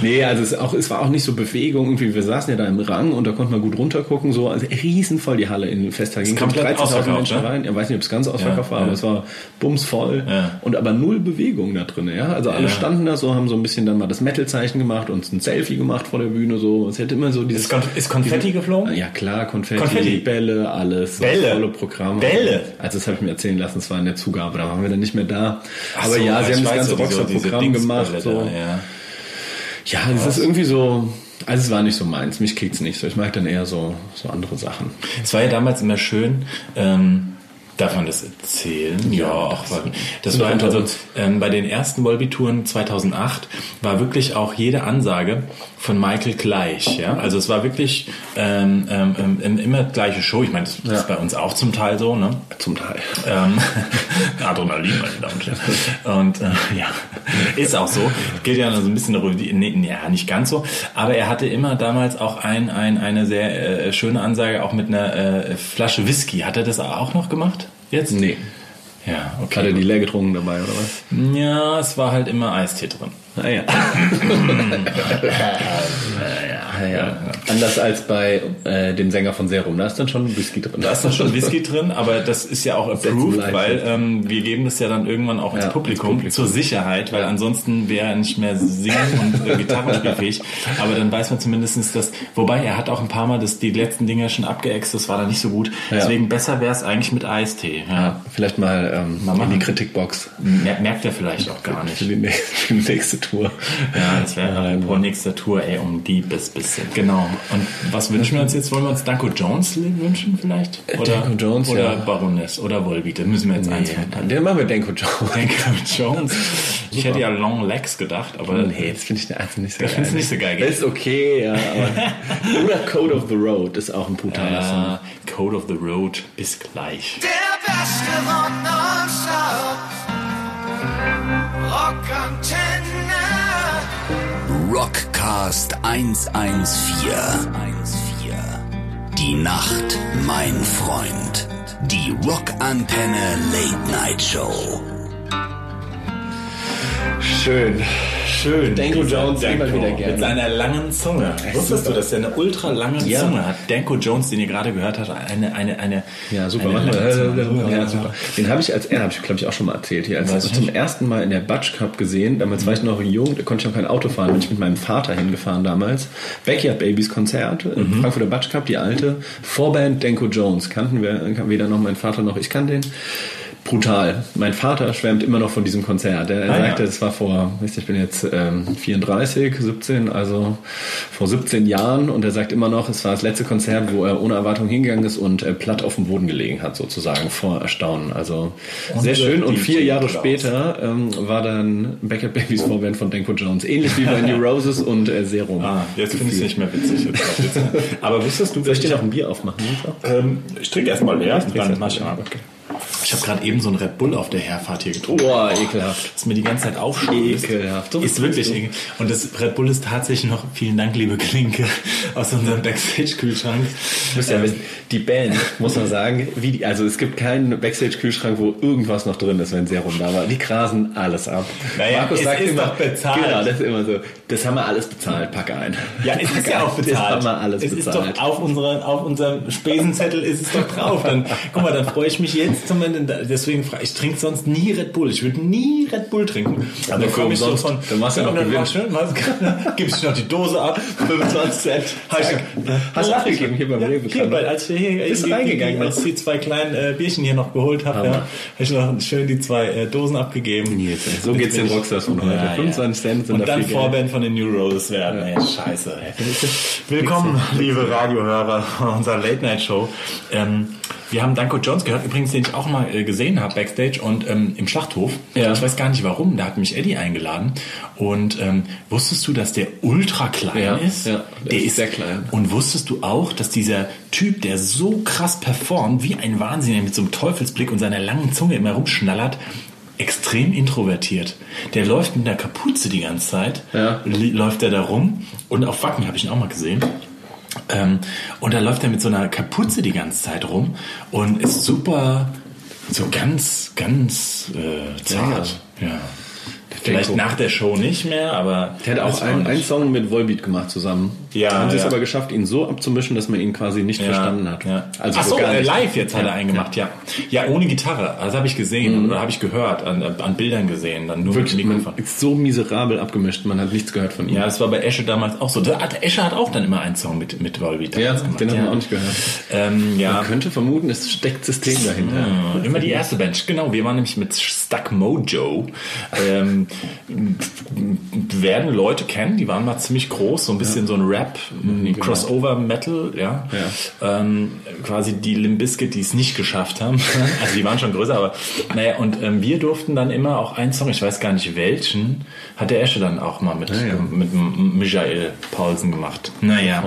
S3: nee, also es, auch, es war auch nicht so Bewegung. Irgendwie, wir saßen ja da im Rang und da konnte man gut runtergucken. So, also riesenvoll die Halle in Festtag. Ging
S4: komplett
S3: 13.000
S4: ausverkauft,
S3: Menschen
S4: ne?
S3: rein. Ich weiß nicht, ob es ganz ausverkauft
S4: Ja,
S3: war, aber
S4: ja.
S3: es war bumsvoll.
S4: Ja.
S3: Und aber null Bewegung da drin, ja. Also alle
S4: Ja.
S3: standen da so, haben so ein bisschen dann mal das Metal-Zeichen gemacht und ein Selfie gemacht vor der Bühne. So, es hätte immer so dieses.
S4: Ist, Kon ist Konfetti geflogen?
S3: Ja klar, Konfetti,
S4: Konfetti.
S3: Bälle, alles,
S4: Bälle.
S3: das volle Programm.
S4: Bälle.
S3: Also das habe ich mir erzählen lassen, es war in der Zugabe, da waren wir dann nicht mehr da.
S4: Ach
S3: Aber
S4: so,
S3: ja, sie
S4: ich
S3: haben das
S4: weiß
S3: ganze
S4: so, diese- diese
S3: Rockstar-Programm
S4: Dingsbälle
S3: gemacht. So.
S4: Da, ja.
S3: Ja, es ist irgendwie so, also es war nicht so meins, mich kickt's nicht so. Ich mag dann eher so, so andere Sachen.
S4: Es war ja damals immer schön, ähm, darf man das erzählen? Ja, auch. Das, das war
S3: unter
S4: also
S3: uns.
S4: ähm, bei den ersten Volby-Touren 2008 war wirklich auch jede Ansage von Michael gleich. Ja? Also es war wirklich ähm, ähm, ähm, immer gleiche Show. Ich meine, das, das ist bei uns auch zum Teil so. Ne?
S3: Zum Teil.
S4: Ähm, Adrenalin, meine Damen und Herren. Und äh, ja, ist auch so. Geht ja so ein bisschen darüber. die- Nee, nee, ja, nicht ganz so. Aber er hatte immer damals auch ein, ein, eine sehr äh, schöne Ansage, auch mit einer äh, Flasche Whisky. Hat er das auch noch gemacht? Jetzt?
S3: Nee.
S4: Ja,
S3: Hat er
S4: okay.
S3: die leer getrunken dabei, oder was? Ah,
S4: Ja, es war halt immer Eistee drin.
S3: Naja. Anders als bei äh, dem Sänger von Serum, da ist dann schon Whisky drin.
S4: Da ist dann schon Whisky drin, aber das ist ja auch
S3: ein
S4: approved,
S3: Live.
S4: weil ähm, wir geben das ja dann irgendwann auch ins,
S3: Ja,
S4: Publikum,
S3: ins Publikum.
S4: zur Sicherheit, weil ansonsten wäre er nicht mehr singen und äh, Gitarrenspielfähig. aber dann weiß man zumindestens, dass, wobei er hat auch ein paar Mal das, die letzten Dinger schon abgeäxt, das war dann nicht so gut. Deswegen besser wäre es eigentlich mit Eistee. Ja.
S3: Vielleicht mal mal ähm,
S4: Mal machen.
S3: in die Kritikbox
S4: Mer- Merkt er vielleicht auch gar
S3: für
S4: nicht.
S3: die nächste, für die nächste Tour.
S4: Ja, das wäre
S3: Nein.
S4: apropos nächster Tour, ey, um die bis bisschen. Genau. Und was wünschen wir uns jetzt? Wollen wir uns Danko Jones wünschen vielleicht?
S3: Äh, Danko Jones,
S4: Oder
S3: ja.
S4: Baroness oder Volbeat. Da müssen wir jetzt eins von
S3: Ja, den machen wir Denko Jones.
S4: Danko Jones. Ich hätte ja Long Legs gedacht, aber
S3: Hm, Nee, das finde ich einfach nicht so
S4: Das findest du nicht so geil, gell?
S3: Das ist okay, ja. Aber oder Code of the Road ist auch ein brutaler Song.
S4: äh, Code of the Road bis gleich.
S1: Der beste Rock nonstop. Rock Antenne.
S2: Rockcast 114. Die Nacht, mein Freund. Die Rockantenne Late Night Show.
S3: Schön.
S4: Schön.
S3: Danko Jones
S4: Danko,
S3: immer wieder gerne.
S4: Mit seiner langen Zunge. Wusstest du, dass er eine ultra lange
S3: Ja.
S4: Zunge hat? Danko Jones, den ihr gerade gehört habt, eine, eine, eine.
S3: Ja, super.
S4: Eine
S3: Machen
S4: lange Zunge.
S3: wir. Ja, super. Den habe ich als, ja, habe ich glaube ich auch schon mal erzählt hier, als
S4: Weiß ich
S3: zum ersten Mal in der Butch Cup gesehen. Damals war ich noch jung, da konnte ich noch kein Auto fahren, bin ich mit meinem Vater hingefahren damals. Backyard Babies Konzert, in Frankfurter Butch Cup, die alte Vorband Denko Jones. Kannten wir, kann weder noch mein Vater noch ich kannte den. Brutal. Mein Vater schwärmt immer noch von diesem Konzert. Er, er
S4: Ah, ja.
S3: sagte, das war vor, weißt du, ich bin jetzt ähm, 34, 17, also vor 17 Jahren und er sagt immer noch, es war das letzte Konzert, wo er ohne Erwartung hingegangen ist und äh, platt auf dem Boden gelegen hat, sozusagen, vor Erstaunen. Also sehr schön. Und
S4: die-
S3: vier
S4: die-
S3: Jahre
S4: die-
S3: später ähm, war dann Backup Babies Vorband von Denko Jones, ähnlich wie bei New Roses und äh, Serum.
S4: Ah, jetzt finde ich es nicht mehr witzig. Jetzt war's witzig. Aber wusstest du,
S3: Soll ich dir noch ein Bier aufmachen?
S4: ähm, ich trinke erstmal leer,
S3: erst
S4: dann
S3: mal
S4: mach ich
S3: leer.
S4: mal. Ich habe gerade eben so einen Red Bull auf der Herfahrt hier getrunken.
S3: Boah, ekelhaft.
S4: Ist mir die ganze Zeit aufschlägt.
S3: Ekelhaft.
S4: Ist wirklich ekelhaft. Und das Red Bull ist tatsächlich noch, vielen Dank, liebe Klinke, aus unserem Backstage-Kühlschrank.
S3: Müsst ihr
S4: Genau.
S3: ja wissen, die Band, muss man sagen, wie die, also es gibt keinen Backstage-Kühlschrank, wo irgendwas noch drin ist, wenn Serum da war. Die grasen alles ab.
S4: Naja, es ist doch bezahlt.
S3: Genau, das ist immer so. Das haben wir alles bezahlt, pack ein.
S4: Ja, es
S3: Pack
S4: ist ja
S3: ein.
S4: auch bezahlt.
S3: Das haben wir alles
S4: es
S3: bezahlt.
S4: ist doch auf, unsere, auf unserem Spesenzettel ist es doch drauf. Dann, guck mal, dann freue ich mich jetzt zum Ende. Deswegen frage ich, trinke sonst nie Red Bull. Ich würde nie Red Bull trinken.
S3: Aber
S4: Dann komm ich so
S3: umsonst.
S4: von.
S3: Dann machst du ja noch Gewinn.
S4: Gib ich noch die Dose ab.
S3: 25 Cent.
S4: Hab ich
S3: Zack.
S4: gesagt,
S3: Hast du
S4: oh,
S3: abgegeben hier beim
S4: ja,
S3: Rewe? ne?
S4: Hier, weil als wir hier
S3: Bist
S4: irgendwie-
S3: reingegangen noch?
S4: als ich die zwei kleinen äh, Bierchen hier noch geholt habe, ja,
S3: Hammer.
S4: habe ich noch schön die zwei äh, Dosen abgegeben.
S3: Nils, ey, so geht's den Rockstars von heute. 25 Cent sind
S4: Und
S3: da
S4: dann
S3: viel Geld.
S4: Vorband von den New Roses werden. Ey, scheiße. Ey. Willkommen, liebe Radiohörer unserer Late Night Show. Ähm, wir haben Danko Jones gehört, übrigens, den ich auch mal äh, gesehen habe backstage und ähm, im Schlachthof.
S3: Ja.
S4: Ich weiß gar nicht warum, da hat mich Eddie eingeladen. Und ähm, wusstest du, dass der ultra klein
S3: Ja,
S4: ist?
S3: ja, der ist sehr klein.
S4: Und wusstest du auch, dass dieser Typ, der so krass performt, wie ein Wahnsinniger mit so einem Teufelsblick und seiner langen Zunge immer rumschnallert, extrem introvertiert. Der läuft mit einer Kapuze die ganze Zeit,
S3: Ja.
S4: li- läuft er da rum und auf Wacken habe ich ihn auch mal gesehen. Ähm, und da läuft er mit so einer Kapuze die ganze Zeit rum und ist super, so ganz, ganz äh, zart. Ja. Vielleicht nach der Show nicht mehr, aber
S3: Der hat auch
S4: Weiß ich
S3: einen,
S4: nicht.
S3: einen Song mit Volbeat gemacht zusammen.
S4: Ja,
S3: Haben sie es
S4: ja.
S3: aber geschafft, ihn so abzumischen, dass man ihn quasi nicht verstanden hat.
S4: Ja.
S3: Also
S4: Ach so,
S3: gar
S4: äh,
S3: nicht.
S4: live jetzt hat er eingemacht, ja. ja. ohne Gitarre. Das habe ich gesehen oder habe ich gehört, an, an Bildern gesehen, dann nur
S3: Mhm. Wirklich, Mhm.
S4: mit
S3: man
S4: Mikrofon.
S3: ist so miserabel abgemischt, man hat nichts gehört von ihm.
S4: Ja, das war bei Esche damals auch so. Da hat, Esche hat auch dann immer einen Song mit, mit Volbeat
S3: Ja,
S4: damals
S3: den hat man auch nicht gehört.
S4: Ähm, ja.
S3: Man könnte vermuten, es steckt System dahinter.
S4: Ja, Immer die erste Bench, genau. Wir waren nämlich mit Stuck Mojo. Ähm, werden Leute kennen, die waren mal ziemlich groß, so ein bisschen so ein Rap, ein Crossover-Metal, ja. Ähm, quasi die Limbiskit, die es nicht geschafft haben. Also die waren schon größer, aber naja, und ähm, wir durften dann immer auch einen Song, ich weiß gar nicht welchen, hat der Esche dann auch mal mit, mit M- Michael Paulsen gemacht. Naja.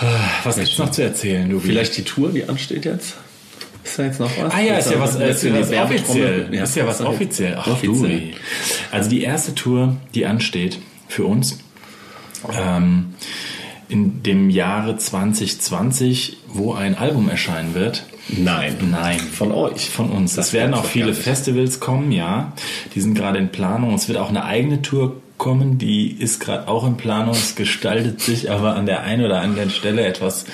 S4: Ah, Was gibt's noch zu erzählen, du?
S3: Vielleicht die Tour, die ansteht jetzt? Ist da jetzt noch was?
S4: Ah ja, ist ja was,
S3: Jetzt
S4: ist ja
S3: die
S4: was
S3: Werbetrommel-
S4: offiziell. Ist ja was
S3: sorry.
S4: offiziell. Ach du.
S3: offiziell.
S4: ey. Also die erste Tour, die ansteht für uns ähm, in dem Jahre 2020, wo ein Album erscheinen wird.
S3: Nein.
S4: Nein.
S3: Von euch.
S4: Von uns.
S3: Das
S4: es werden
S3: gibt's
S4: auch
S3: doch
S4: viele
S3: gar nicht.
S4: Festivals kommen, ja. Die sind gerade in Planung. Es wird auch eine eigene Tour kommen, die ist gerade auch in Planung. Es gestaltet sich aber an der einen oder anderen Stelle etwas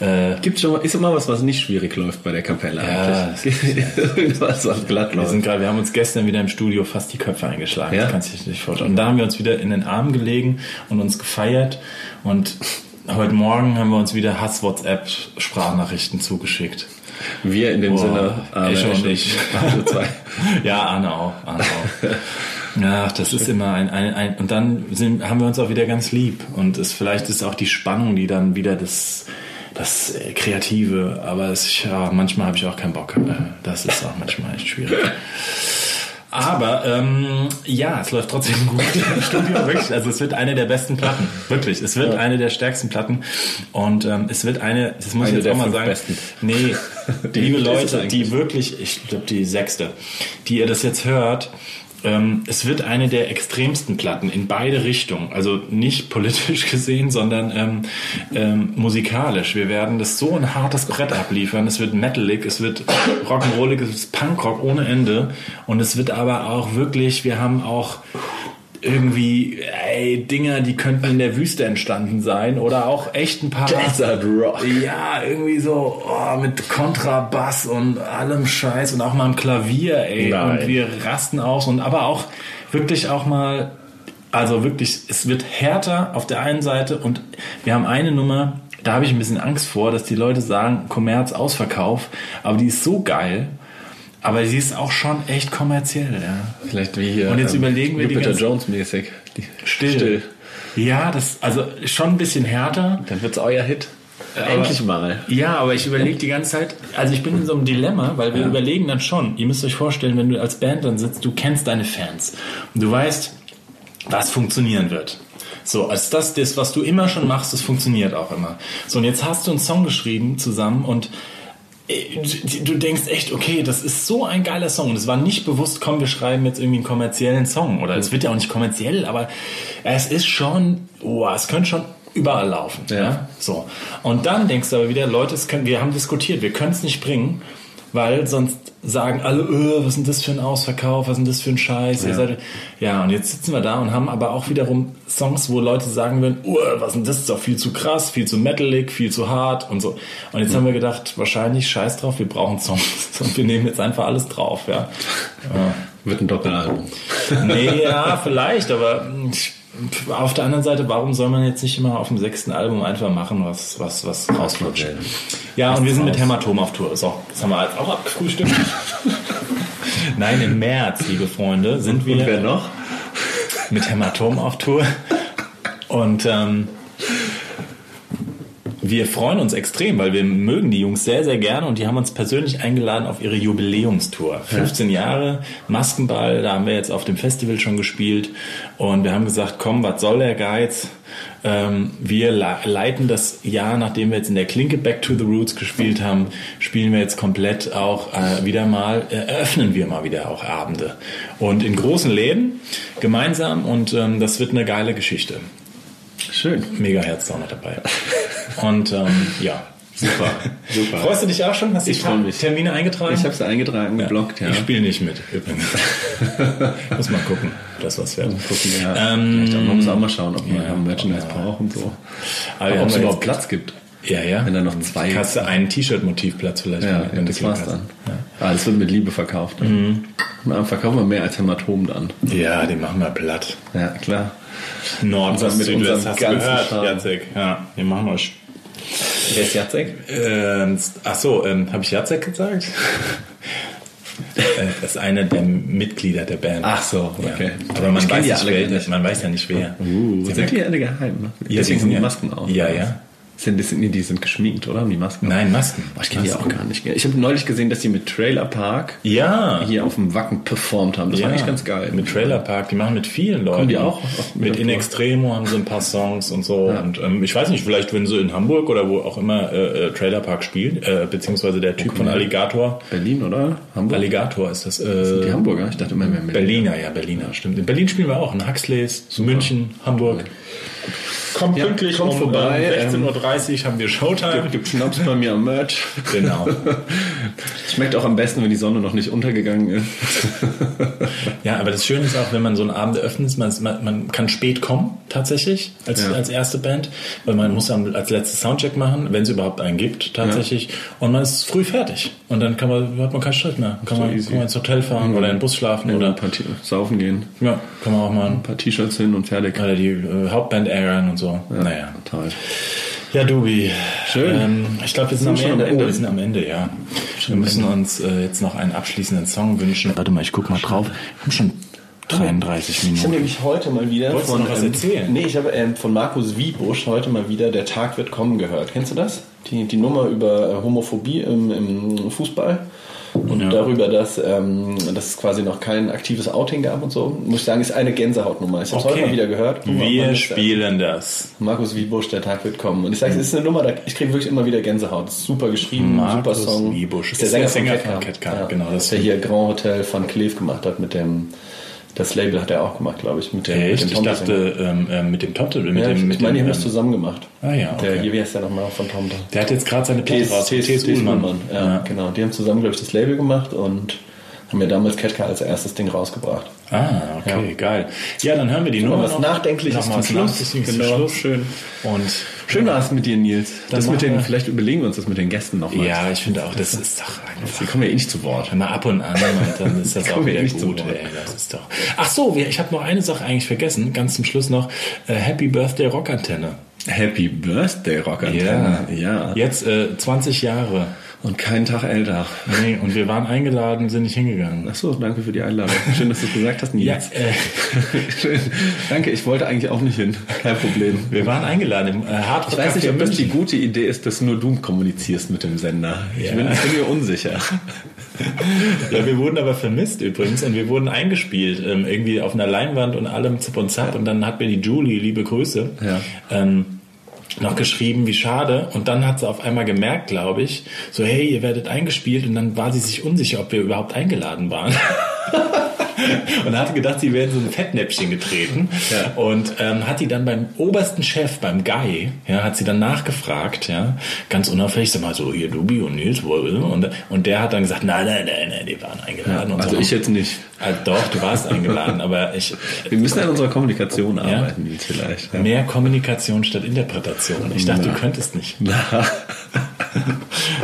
S4: äh,
S3: Gibt schon mal, ist immer was, was nicht schwierig läuft bei der Kapelle
S4: Ja,
S3: eigentlich. Irgendwas, was glatt
S4: Wir,
S3: läuft.
S4: sind grad, wir haben uns gestern wieder im Studio fast die Köpfe eingeschlagen.
S3: Ja?
S4: Das kannst du dir nicht vorstellen. Und da haben wir uns wieder in den Arm gelegen und uns gefeiert. Und heute Morgen haben wir uns wieder Hass-WhatsApp-Sprachnachrichten zugeschickt.
S3: Wir in dem
S4: Boah,
S3: Sinne, Arne
S4: ich auch
S3: Eschel,
S4: nicht.
S3: Arne zwei.
S4: Ja, Arne auch. Arne auch. Ja, das ist immer ein, ein, ein und dann sind, haben wir uns auch wieder ganz lieb und es vielleicht ist auch die Spannung, die dann wieder das das äh, Kreative, aber es, ja, manchmal habe ich auch keinen Bock. Äh, Das ist auch manchmal echt schwierig. Aber ähm, ja, es läuft trotzdem gut im Studio, wirklich. Also es wird eine der besten Platten, wirklich. Es wird eine der stärksten Platten und ähm, es wird eine, das muss
S3: Eine
S4: ich jetzt
S3: der
S4: auch mal
S3: fünf
S4: sagen.
S3: besten.
S4: Nee,
S3: Die
S4: liebe
S3: ist es
S4: Leute,
S3: eigentlich.
S4: die wirklich, ich glaube die sechste, die ihr das jetzt hört, ähm, es wird eine der extremsten Platten in beide Richtungen. Also nicht politisch gesehen, sondern ähm, ähm, musikalisch. Wir werden das so ein hartes Brett abliefern. Es wird metalig, es wird rock'n'rollig, es ist Punkrock ohne Ende. Und es wird aber auch wirklich, wir haben auch irgendwie ey, Dinger, die könnten in der Wüste entstanden sein oder auch echt ein paar
S3: Desert Rock.
S4: ja, irgendwie so oh, mit Kontrabass und allem Scheiß und auch mal am Klavier, ey.
S3: Nein.
S4: Und wir rasten aus und aber auch wirklich auch mal, also wirklich, es wird härter auf der einen Seite und wir haben eine Nummer, da habe ich ein bisschen Angst vor, dass die Leute sagen, Kommerz, Ausverkauf, aber die ist so geil, aber sie ist auch schon echt kommerziell, ja.
S3: Vielleicht wie hier.
S4: Und jetzt überlegen wir die
S3: Jupiter
S4: ganzen-
S3: Jones mäßig. Die-
S4: Still. Ja, das, also schon ein bisschen härter.
S3: Dann wird's euer Hit.
S4: aber-
S3: Endlich mal.
S4: Ja, aber ich überlege die ganze Zeit, also ich bin in so einem Dilemma, weil wir überlegen dann schon, ihr müsst euch vorstellen, wenn du als Band dann sitzt, du kennst deine Fans. Du weißt, was funktionieren wird. So, als das, das, was du immer schon machst, das funktioniert auch immer. So, und jetzt hast du einen Song geschrieben zusammen und äh, du du denkst echt, okay, das ist so ein geiler Song. Und es war nicht bewusst, komm, wir schreiben jetzt irgendwie einen kommerziellen Song. Oder es wird ja auch nicht kommerziell, aber es ist schon, oh, es könnte schon überall laufen. Ja.
S3: Ja.
S4: So. Und dann denkst du aber wieder, Leute, es können, wir haben diskutiert, wir können es nicht bringen, weil sonst sagen alle, öh, was ist denn das für ein Ausverkauf, was ist denn das für ein Scheiß. Ihr seid, ja, und jetzt sitzen wir da und haben aber auch wiederum Songs, wo Leute sagen würden, öh, was ist denn das, ist doch viel zu krass, viel zu metalig, viel zu hart und so. Und jetzt haben wir gedacht, wahrscheinlich scheiß drauf, wir brauchen Songs und wir nehmen jetzt einfach alles drauf, ja. ja.
S3: Wird ein Doppelalbum.
S4: Ah. Nee, ja, vielleicht, aber ich- auf der anderen Seite, warum soll man jetzt nicht immer auf dem sechsten Album einfach machen, was, was, was rausflutscht?
S3: Modell.
S4: Ja, und wir sind mit Hämatom auf Tour. So, das haben wir jetzt auch abgefrühstückt. Nein, im März, liebe Freunde, sind wir
S3: Und wer noch?
S4: mit Hämatom auf Tour. Und ähm, wir freuen uns extrem, weil wir mögen die Jungs sehr, sehr gerne und die haben uns persönlich eingeladen auf ihre Jubiläumstour. 15 Jahre Maskenball, da haben wir jetzt auf dem Festival schon gespielt und wir haben gesagt, komm, was soll der Geiz? Ähm, wir la- leiten das Jahr, nachdem wir jetzt in der Klinke Back to the Roots gespielt haben, spielen wir jetzt komplett auch äh, wieder mal, äh, eröffnen wir mal wieder auch Abende. Und in großen Läden gemeinsam und ähm, das wird eine geile Geschichte.
S3: Schön.
S4: Mega Herz auch noch dabei. Und ähm, ja, super.
S3: Super.
S4: Freust du dich auch schon? Hast du
S3: Ich
S4: die
S3: freu mich.
S4: Termine eingetragen?
S3: Ich habe es eingetragen, geblockt, ja.
S4: Ich spiele nicht mit, übrigens. Muss mal gucken, das was wird.
S3: Gucken, ja.
S4: Ähm,
S3: Vielleicht auch, man muss auch mal schauen, ob man
S4: ja,
S3: ja, Merchandise
S4: ob man-
S3: braucht und so.
S4: Aber wir
S3: Ob
S4: haben
S3: es
S4: ja
S3: überhaupt
S4: jetzt-
S3: Platz gibt.
S4: ja, ja.
S3: Wenn da noch zwei-
S4: Hast du einen T-Shirt-Motivplatz vielleicht?
S3: Ja,
S4: wenn du
S3: das
S4: Glück
S3: war's
S4: hast.
S3: dann. Ah, das wird mit Liebe verkauft.
S4: Mhm.
S3: Und am verkaufen wir mehr als Hämatom dann.
S4: Ja, den machen wir platt.
S3: Ja, klar.
S4: Nord,
S3: Unser-
S4: Ost,
S3: mit
S4: Südwest,
S3: unserem
S4: hast du
S3: ganzen
S4: gehört,
S3: Charme.
S4: Jacek. Ja, den machen wir. sch-
S3: Wer ist Jacek?
S4: Ähm, ach so, ähm, habe ich Jacek gesagt? Äh, das ist einer der Mitglieder der Band.
S3: Ach so, okay.
S4: Ja. Aber man
S3: Also Ich kenn
S4: weiß,
S3: die
S4: ja
S3: alle
S4: wer,
S3: gar nicht.
S4: man weiß ja nicht wer.
S3: Uh,
S4: Sie
S3: sind
S4: haben
S3: die alle geheim? ne?
S4: Ja,
S3: Deswegen
S4: die sind
S3: sind die
S4: ja-
S3: Masken auf.
S4: Ja,
S3: oder
S4: ja.
S3: was? Sind, die, sind, nee, die sind geschminkt, oder? Haben die Masken?
S4: Nein, Masken.
S3: Oh, ich kenne die auch gar nicht. gell? Ich habe neulich gesehen, dass die mit Trailer Park
S4: Ja.
S3: hier auf dem Wacken performt haben. Das
S4: ja.
S3: fand ich ganz geil.
S4: Mit Trailer Park, die machen mit vielen Leuten.
S3: die auch auf-
S4: Mit
S3: mit
S4: In
S3: vor?
S4: Extremo haben sie ein paar Songs und so. Und ähm, ich weiß nicht, vielleicht wenn sie in Hamburg oder wo auch immer äh, äh, Trailer Park spielen, äh, beziehungsweise der
S3: Oh,
S4: Typ von Alligator.
S3: Berlin, oder? Hamburg?
S4: Alligator ist das.
S3: Die
S4: Äh,
S3: Hamburger? Ich dachte immer, wir mit.
S4: Berliner, ja, Berliner, stimmt. In Berlin spielen wir auch, in Huxleys, München, Hamburg. Kommt
S3: Ja,
S4: pünktlich
S3: kommt
S4: um
S3: vorbei, ähm,
S4: vorbei. 16.30 Uhr haben wir Showtime.
S3: Gibt Schnaps bei mir am Merch.
S4: Genau.
S3: Schmeckt auch am besten, wenn die Sonne noch nicht untergegangen ist.
S4: Ja, aber das Schöne ist auch, wenn man so einen Abend eröffnet, ist, man, ist- man, man kann spät kommen, tatsächlich, als,
S3: Ja.
S4: als erste Band, weil man muss am, als letztes Soundcheck machen, wenn es überhaupt einen gibt, tatsächlich, und man ist früh fertig. Und dann kann man, hat man keinen Stress mehr. Dann kann, man,
S3: easy. genau.
S4: kann man ins Hotel fahren oder in den Bus schlafen
S3: Oder ein
S4: oder
S3: paar T- saufen gehen,
S4: ja, kann man auch mal
S3: ein paar T-Shirts hin und fertig.
S4: oder die äh, Hauptband ärgern und so. Naja.
S3: Total.
S4: Ja, Dubi.
S3: Schön.
S4: Ähm, ich glaube, wir sind, am
S3: schon am
S4: Ende.
S3: Ende.
S4: Wir sind am Ende, ja. wir müssen uns äh, jetzt noch einen abschließenden Song wünschen. Warte mal, ich guck mal drauf. Wir haben schon 33
S3: Ich habe
S4: Minuten.
S3: nämlich heute mal wieder
S4: Wolltest du noch was
S3: ähm,
S4: erzählen?
S3: Nee, ich habe ähm, von Markus Wiebusch heute mal wieder Der Tag wird kommen gehört. Kennst du das? Die, die Nummer über äh, Homophobie im, im Fußball und
S4: Ja.
S3: darüber, dass, ähm, dass es quasi noch kein aktives Outing gab und so. Muss ich sagen, ist eine Gänsehautnummer. Ich habe heute mal wieder gehört. Guck mal, ob man
S4: Wir
S3: das-
S4: spielen das.
S3: Markus Wiebusch, Der Tag wird kommen. Und ich sage, es ist eine Nummer, da, ich kriege wirklich immer wieder Gänsehaut. Ist Super geschrieben,
S4: Markus
S3: super Song.
S4: Wiebusch.
S3: Ist der Sänger, von Cat Car.
S4: Cat Car, genau, das-
S3: der hier Grand Hotel von Cleef gemacht hat mit dem... Das Label hat er auch gemacht, glaube ich, mit dem, mit
S4: Echt?
S3: dem
S4: Ich
S3: Tom-Sänger.
S4: dachte, ähm, ähm, mit dem Tomte, mit
S3: Ja,
S4: dem, mit
S3: ich meine, die
S4: dem,
S3: haben das
S4: ähm,
S3: zusammen gemacht.
S4: Ah ja, okay.
S3: Der, hier, wie heißt der nochmal von Tom da?
S4: der hat jetzt gerade seine Platte raus.
S3: TS Ullmann. Ja,
S4: Ja.
S3: genau. Die haben zusammen, glaube ich, das Label gemacht und haben ja damals Ketka als erstes Ding rausgebracht.
S4: Ah, okay, geil. Ja, dann hören wir die Nummer.
S3: was
S4: noch.
S3: Nachdenkliches
S4: Noch mal
S3: zum
S4: was
S3: Schluss.
S4: Nachdenkliches
S3: Genau,
S4: zum Schluss.
S3: schön.
S4: Und
S3: Schön war es mit dir, Nils.
S4: Das mit den-
S3: vielleicht überlegen wir uns das mit den Gästen nochmal.
S4: ja, ich finde auch, das ist doch einfach.
S3: Die kommen ja eh nicht zu Wort.
S4: Mal ab und an, und dann ist das auch
S3: Kommen wir
S4: wieder
S3: nicht zum
S4: gut.
S3: Wort.
S4: Ey, das ist doch. Ach so, wir- ich habe noch eine Sache eigentlich vergessen, ganz zum Schluss noch. Äh, Happy Birthday Rockantenne.
S3: Happy Birthday, Rockantenne. Ja.
S4: Jetzt äh, 20 Jahre.
S3: Und keinen Tag älter.
S4: Nee, und wir waren eingeladen, sind nicht hingegangen.
S3: Achso, danke für die Einladung. Schön, dass du es gesagt hast, Nils.
S4: Ja, äh.
S3: Schön. Danke, ich wollte eigentlich auch nicht hin. Kein Problem.
S4: Wir waren eingeladen im äh, Hardrock
S3: Ich weiß nicht,
S4: Café
S3: ob das die
S4: München.
S3: gute Idee ist, dass nur du kommunizierst mit dem Sender. Ich,
S4: Ja.
S3: bin, ich bin mir unsicher.
S4: Ja, wir wurden aber vermisst übrigens und wir wurden eingespielt, ähm, irgendwie auf einer Leinwand und allem zip und zap. Und dann hat mir die Julie, liebe Grüße,
S3: Ja.
S4: ähm, noch geschrieben, wie schade. Und dann hat sie auf einmal gemerkt, glaube ich, so, hey, ihr werdet eingespielt. Und dann war sie sich unsicher, ob wir überhaupt eingeladen waren. und hatte gedacht, sie wären so ein Fettnäpfchen getreten.
S3: Ja.
S4: Und ähm, hat die dann beim obersten Chef, beim Guy, ja, hat sie dann nachgefragt, ja, ganz unauffällig, sag mal so, hier Dubi und Nils, wo- und, und der hat dann gesagt, nein, nein, nein, nein, die waren eingeladen. und
S3: Also
S4: so.
S3: ich jetzt nicht.
S4: Ah, doch, du warst eingeladen, aber ich,
S3: Wir müssen an unserer Kommunikation arbeiten, Nils, vielleicht. Ja.
S4: mehr Kommunikation statt Interpretation. Ich dachte, du könntest nicht.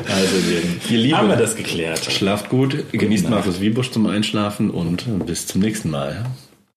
S4: Also, wir,
S3: Ihr Lieben.
S4: haben wir das geklärt.
S3: Schlaft gut, genießt
S4: Nacht.
S3: Markus Wiebusch zum Einschlafen und bis zum nächsten Mal.